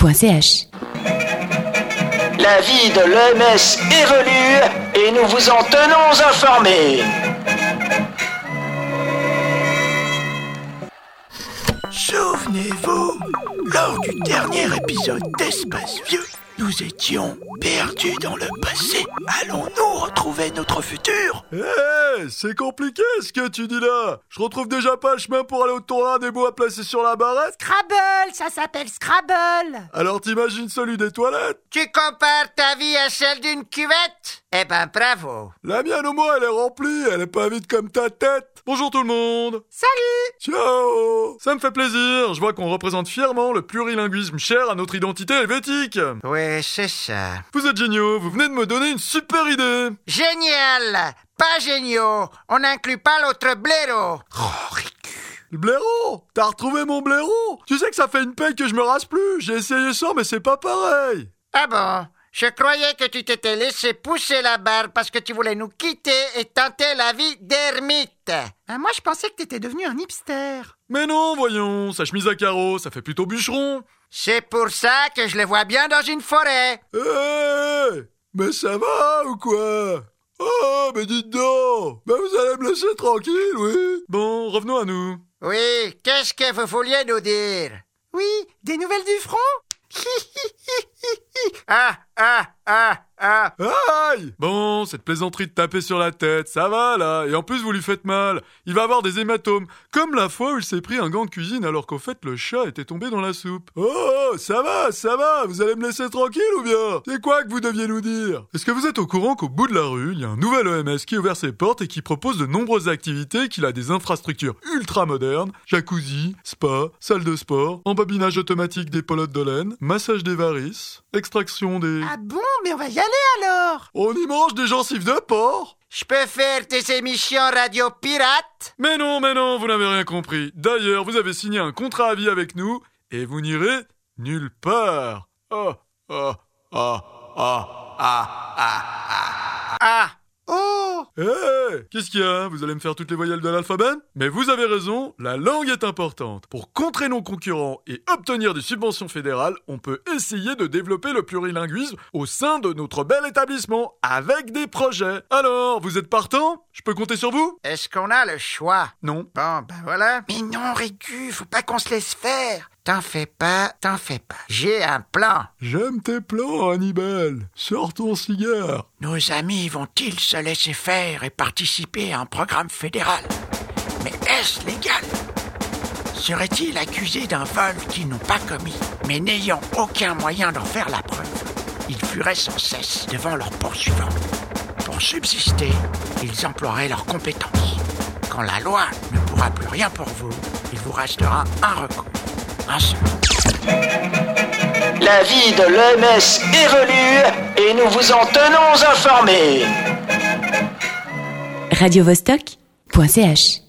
radiovostok.ch. La vie de l'EMS évolue et nous vous en tenons informés. Souvenez-vous, lors du dernier épisode d'Espace Vieux, nous étions perdus dans le passé. Allons-nous retrouver notre futur Eh, c'est compliqué ce que tu dis là Je retrouve déjà pas le chemin pour aller au tournoi des mots à placer sur la barrette Scrabble, ça s'appelle Scrabble. Alors t'imagines celui des toilettes Tu compares ta vie à celle d'une cuvette Eh ben bravo. La mienne au moins elle est remplie, elle est pas vide comme ta tête Bonjour tout le monde Salut. Ciao Ça me fait plaisir, je vois qu'on représente fièrement le plurilinguisme cher à notre identité helvétique Oui, c'est ça. Vous êtes géniaux, vous venez de me donner une super idée Génial. Pas géniaux. On n'inclut pas l'autre blaireau. Le blaireau T'as retrouvé mon blaireau Tu sais que ça fait une paix que je me rase plus, j'ai essayé ça mais c'est pas pareil Ah bon Je croyais que tu t'étais laissé pousser la barre parce que tu voulais nous quitter et tenter la vie d'ermite. Euh, moi, je pensais que t'étais devenu un hipster. Mais non, voyons, sa chemise à carreaux, ça fait plutôt bûcheron C'est pour ça que je le vois bien dans une forêt. Eh Mais ça va ou quoi Oh, mais dites donc Ben vous allez me laisser tranquille, oui Bon, revenons à nous. Oui, qu'est-ce que vous vouliez nous dire Oui, des nouvelles du front Ah, ah, ah, ah Aïe Bon, cette plaisanterie de taper sur la tête, ça va là Et en plus, vous lui faites mal. Il va avoir des hématomes. Comme la fois où il s'est pris un gant de cuisine alors qu'au fait, le chat était tombé dans la soupe. Oh, ça va, ça va Vous allez me laisser tranquille ou bien C'est quoi que vous deviez nous dire Est-ce que vous êtes au courant qu'au bout de la rue, il y a un nouvel EMS qui a ouvert ses portes et qui propose de nombreuses activités, qu'il a des infrastructures ultra modernes, jacuzzi, spa, salle de sport, embobinage automatique des pelotes de laine, massage des varices, extraction des... Ah bon, mais on va y aller alors On y mange des gencives de porc Je peux faire des émissions radio pirates Mais non, mais non, vous n'avez rien compris. D'ailleurs, vous avez signé un contrat à vie avec nous et vous n'irez nulle part. Ah, ah, ah, ah, ah. Ah Oh Hé Qu'est-ce qu'il y a hein Vous allez me faire toutes les voyelles de l'alphabet Mais vous avez raison, la langue est importante. Pour contrer nos concurrents et obtenir des subventions fédérales, on peut essayer de développer le plurilinguisme au sein de notre bel établissement avec des projets. Alors, vous êtes partant Je peux compter sur vous Est-ce qu'on a le choix Non. Bon, ben voilà. Mais non, Rédu, faut pas qu'on se laisse faire. T'en fais pas, t'en fais pas. J'ai un plan. J'aime tes plans, Hannibal. Sors ton cigare. Nos amis vont-ils se laisser faire et participer à un programme fédéral Mais est-ce légal Serait-il accusé d'un vol qu'ils n'ont pas commis, mais n'ayant aucun moyen d'en faire la preuve Ils fuiraient sans cesse devant leurs poursuivants. Pour subsister, ils emploieraient leurs compétences. Quand la loi ne pourra plus rien pour vous, il vous restera un recours. Un seul. La vie de l'EMS évolue et nous vous en tenons informés. radiovostok.ch